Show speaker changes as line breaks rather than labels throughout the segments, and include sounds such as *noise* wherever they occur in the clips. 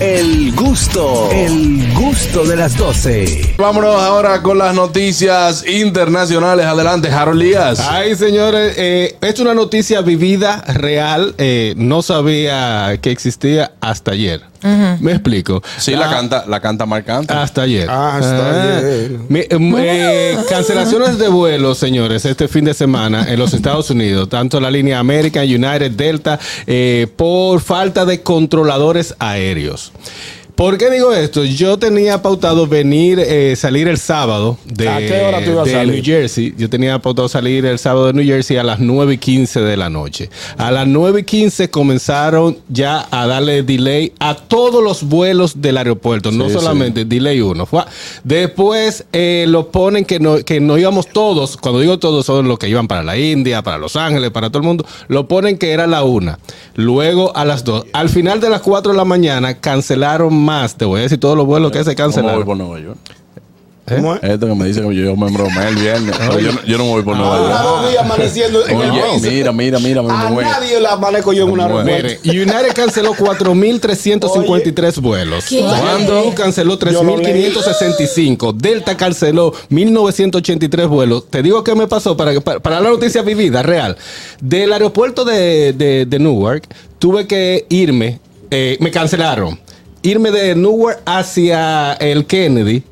El gusto, el gusto de las 12.
Vámonos ahora con las noticias internacionales. Adelante, Harold Díaz.
Ah,
Ay, señores, eh, es una noticia vivida, real. eh, no sabía que existía hasta ayer. Me explico.
Sí, la
Ah,
canta, la canta Marc Anthony.
Ah,
Hasta ayer.
Hasta
Ah.
ayer.
Mi- em, eh, cancelaciones de vuelos, señores, este fin de semana en los Estados Unidos, tanto la línea American, United, Delta, eh, por falta de controladores aéreos. ¿Por qué digo esto? Yo tenía pautado venir, eh, salir el sábado de,
¿A qué hora tú ibas a
de
salir?
New Jersey. Yo tenía pautado salir el sábado de New Jersey a las 9 y 15 de la noche. A las 9 y 15 comenzaron ya a darle delay a todos los vuelos del aeropuerto, no
Sí, sí.
solamente de delay 1. Después eh, lo ponen que no, que no íbamos todos, cuando digo todos son los que iban para la India, para Los Ángeles, para todo el mundo, lo ponen que era la 1. Luego a las 2. Al final de las 4 de la mañana cancelaron más, te voy a decir todos los vuelos que se
¿Cómo voy
cancelaron. ¿Eh?
por Nueva York?
¿Cómo es?
Esto que me dice que yo me embromé el viernes. Pero yo, no- yo no me voy por
Ahora
Nueva
dos
York.
días amaneciendo Ah. en el
Oye,
piso.
mira, mira, mira, me
A
voy.
nadie la amanezco yo en una
Bueno.
reunión.
Mire, United canceló 4.353 vuelos.
¿Qué?
Orlando canceló
Yo lo leí.
3.565. Delta canceló 1.983 vuelos. Te digo qué me pasó para, para, para la noticia vivida, real. Del aeropuerto de, de- de Newark, tuve que irme. eh, me cancelaron. Irme de Newark hacia el Kennedy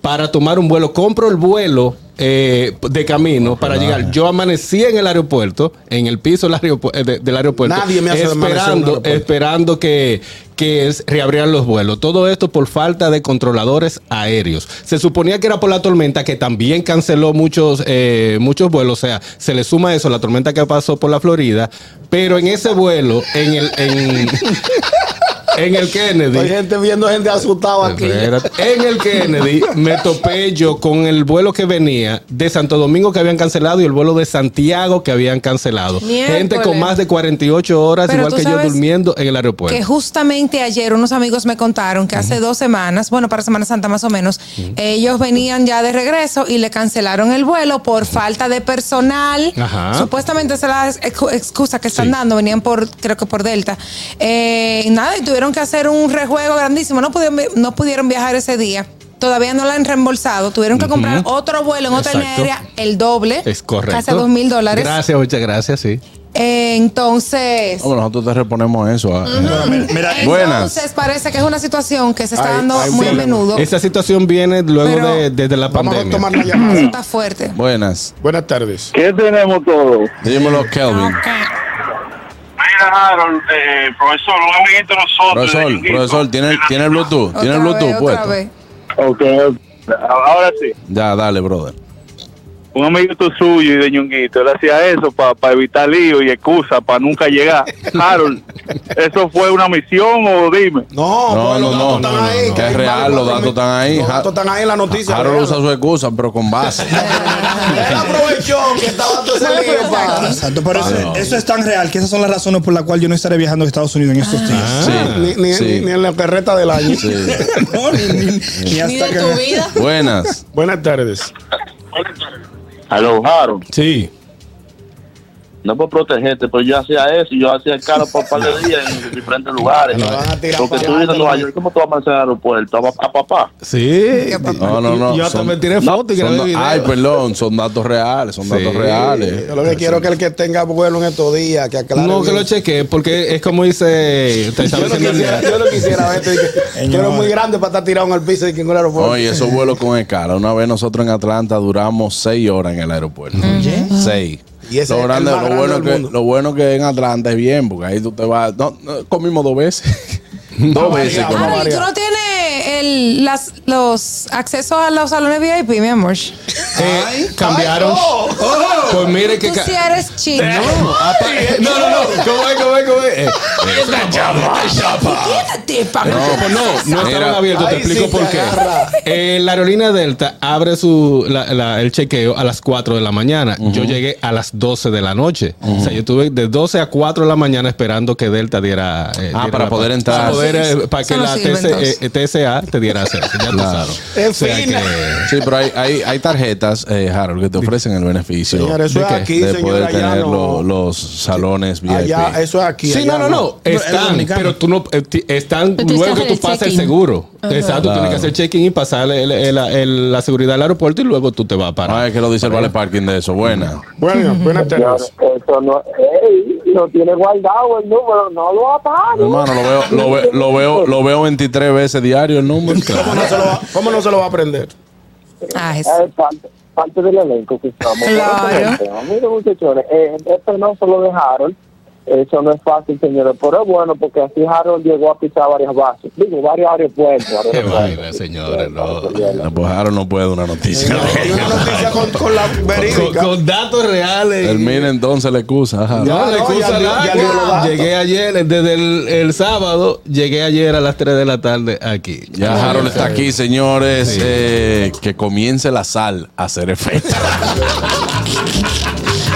para tomar un vuelo. Compro el vuelo. eh, de camino para llegar. Yo amanecí en el aeropuerto, en el piso del aeropu- eh, de- del aeropuerto,
Nadie me hace amanecer en un
esperando,
aeropuerto.
esperando que, que es- reabrieran los vuelos. Todo esto por falta de controladores aéreos. Se suponía que era por la tormenta que también canceló muchos, eh, muchos vuelos. O sea, se le suma eso, la tormenta que pasó por la Florida. Pero en ese vuelo, en el, en, *laughs* en el Kennedy.
Hay gente viendo gente asustada aquí.
Pues Espérate. En el Kennedy me topé yo con el vuelo que venía de Santo Domingo que habían cancelado y el vuelo de Santiago que habían cancelado.
Miércoles.
Gente con más de 48 horas,
Pero
igual
tú
que yo,
sabes
durmiendo en el aeropuerto.
Que justamente ayer unos amigos me contaron que hace dos semanas, bueno, para Semana Santa más o menos, ellos venían ya de regreso y le cancelaron el vuelo por falta de personal.
Ajá.
Supuestamente esa es la ex- excusa que están
Sí.
dando, venían por, creo que por Delta. Eh, y nada, y tuvieron que hacer un rejuego grandísimo, no pudieron, vi- no pudieron viajar ese día. Todavía no la han reembolsado. Tuvieron que comprar otro vuelo en otra línea
Exacto.
aérea, el doble.
Es correcto.
Casi a dos mil dólares.
Gracias, muchas gracias, sí.
Eh, entonces.
Hombre, nosotros te reponemos eso. ah.
Entonces
Buenas.
parece que es una situación que se está
Ay,
dando
ay,
muy
sí.
a menudo.
Esa situación viene luego
Pero-
de, desde la
Vamos a
pandemia.
tomar la llamada.
Está fuerte.
Buenas.
Buenas tardes.
¿Qué tenemos todos?
Dímelo, Kelvin.
Mira, Harold, eh, profesor, un amiguito de nosotros. de
Profesor,
Ñonguito.
profesor, ¿tiene, tiene el Bluetooth? ¿Tiene el
Otra vez,
Bluetooth
otra
puesto?
vez.
Ok, ahora sí.
Ya, dale, brother.
Un amiguito suyo y de Ñonguito, él hacía eso para evitar lío y excusa para nunca
*laughs*
llegar. Harold, ¿eso fue una misión o dime?
No,
No,
pues,
no,
los
no,
datos están
no, no,
ahí,
no.
que
Que es
hay
real,
varios
los datos están ahí.
Los datos están ahí en la noticia.
Harold
real.
usa su excusa, pero con
*laughs*
base.
Él aprovechó que estaba todo ese lío para-
Exacto, pero eso,
no.
eso es tan real que esas son las razones por las cuales yo no estaré viajando a Estados Unidos en estos días. *laughs*
Sí,
Ni, ni-
sí,
ni en la carreta del año.
sí.
No, ni, ni- ni hasta que.
*laughs* Buenas.
Buenas tardes.
Aló, Harold.
Sí.
No por protegerte, pero yo hacía eso, yo hacía el carro por un par de días en diferentes lugares.
Lo van a tirar
Porque
para allá,
tú vives en Nueva York, ¿cómo tú vas a amanecer en el aeropuerto? ¿A, a papá?
Sí.
No, no, no.
Yo
son-
también tiré foto y
son
grabé
da-
video.
Ay, perdón, son datos reales, son
Sí.
datos
Yo
reales.
lo que quiero es que el que tenga vuelo en estos días, que aclare.
no, que
bien.
lo cheque, porque es como dice. te estaba
yo no
diciendo
quisiera,
Andrea.
yo no quisiera verte. de que- Yo era muy grande para estar tirado en el piso y que en un aeropuerto.
Oye, esos vuelos con escala. Una vez nosotros en Atlanta duramos seis horas en el aeropuerto. Seis.
Y ese es
lo,
el
grande, lo,
más grande
bueno
del
que,
mundo.
lo bueno que en Atlanta es bien, porque ahí tú te vas. No, no, comimos dos
*laughs*
veces. dos veces.
variado.
comimos.
Harold, ¿y tú no tienes el- las, los accesos a los salones VIP, mi amor?
Eh, cambiaron. Pues mire que.
Tú
ca-
sí eres
*laughs*
chico.
No, apa- no, no, no. ¿Cómo es, cómo es, cómo es? Eh,
Quédate, papá.
No,
Pues no, no estaban
Mira.
abiertos, te
Ahí
explico
sí te
por qué.
agarra.
Eh, la aerolínea Delta abre su, la- la- el chequeo a las 4 de la mañana. Yo llegué a las 12 de la noche. O sea, yo estuve de 12 a 4 de la mañana esperando que Delta diera. eh,
Ah,
diera
para
la-
poder entrar.
Para, poder, eh, para
Eso
que
no
la
sirve,
TC, eh,
entonces.
TSA ya te diera acceso. Ya tú
Claro.
sabes.
Es
O sea
fina.
que-
Sí, pero hay, hay, hay tarjetas, eh, Harold, que te ofrecen el beneficio
Señor, eso
de,
es
que-
aquí,
de
señor,
poder
allá
tener
no.
lo- los salones VIP.
Allá, eso es aquí.
Sí,
allá
no, no, no.
No, es
Están,
dominicano.
pero tú no eh, ti- están
Pero tú
luego
estás
que
en
tú
el
pasas el
check-in.
seguro. Exacto, tú tienes
Claro.
que hacer check-in y pasar el- el- el- la seguridad del aeropuerto y luego tú te vas para.
Ah, es que lo dice el Vale Parking de eso. Buena.
Bueno, buenas tardes.
Eso no, ey, lo tiene guardado el número, no lo apague.
Hermano, lo veo, lo, ve- lo veo, lo veo 23 veces diario el *laughs* número.
¿Cómo no, se lo va, ¿Cómo no se lo va a aprender?
Ah, es-
Es parte, parte del elenco que estamos.
Claro.
Pero, Mire, muchachones, eh, esto no solo de Harold. Eso no es fácil, señores, pero es bueno porque así Harold llegó a pisar varias bases. Digo, varios aeropuertos. varios
Qué
aeropuertos.
vaina, señores. No.
No, Pues Harold no puede dar una noticia.
Y una noticia con, con la
Con,
verídica.
con datos reales.
Termina entonces la excusa. Harold.
No,
Ya,
la
no,
excusa
ya
al
dio-
agua.
ya dio los datos.
Llegué ayer, desde el, el sábado, llegué ayer a las 3 de la tarde aquí.
Ya Harold está aquí, señores. Eh, que comience la sal a hacer efecto.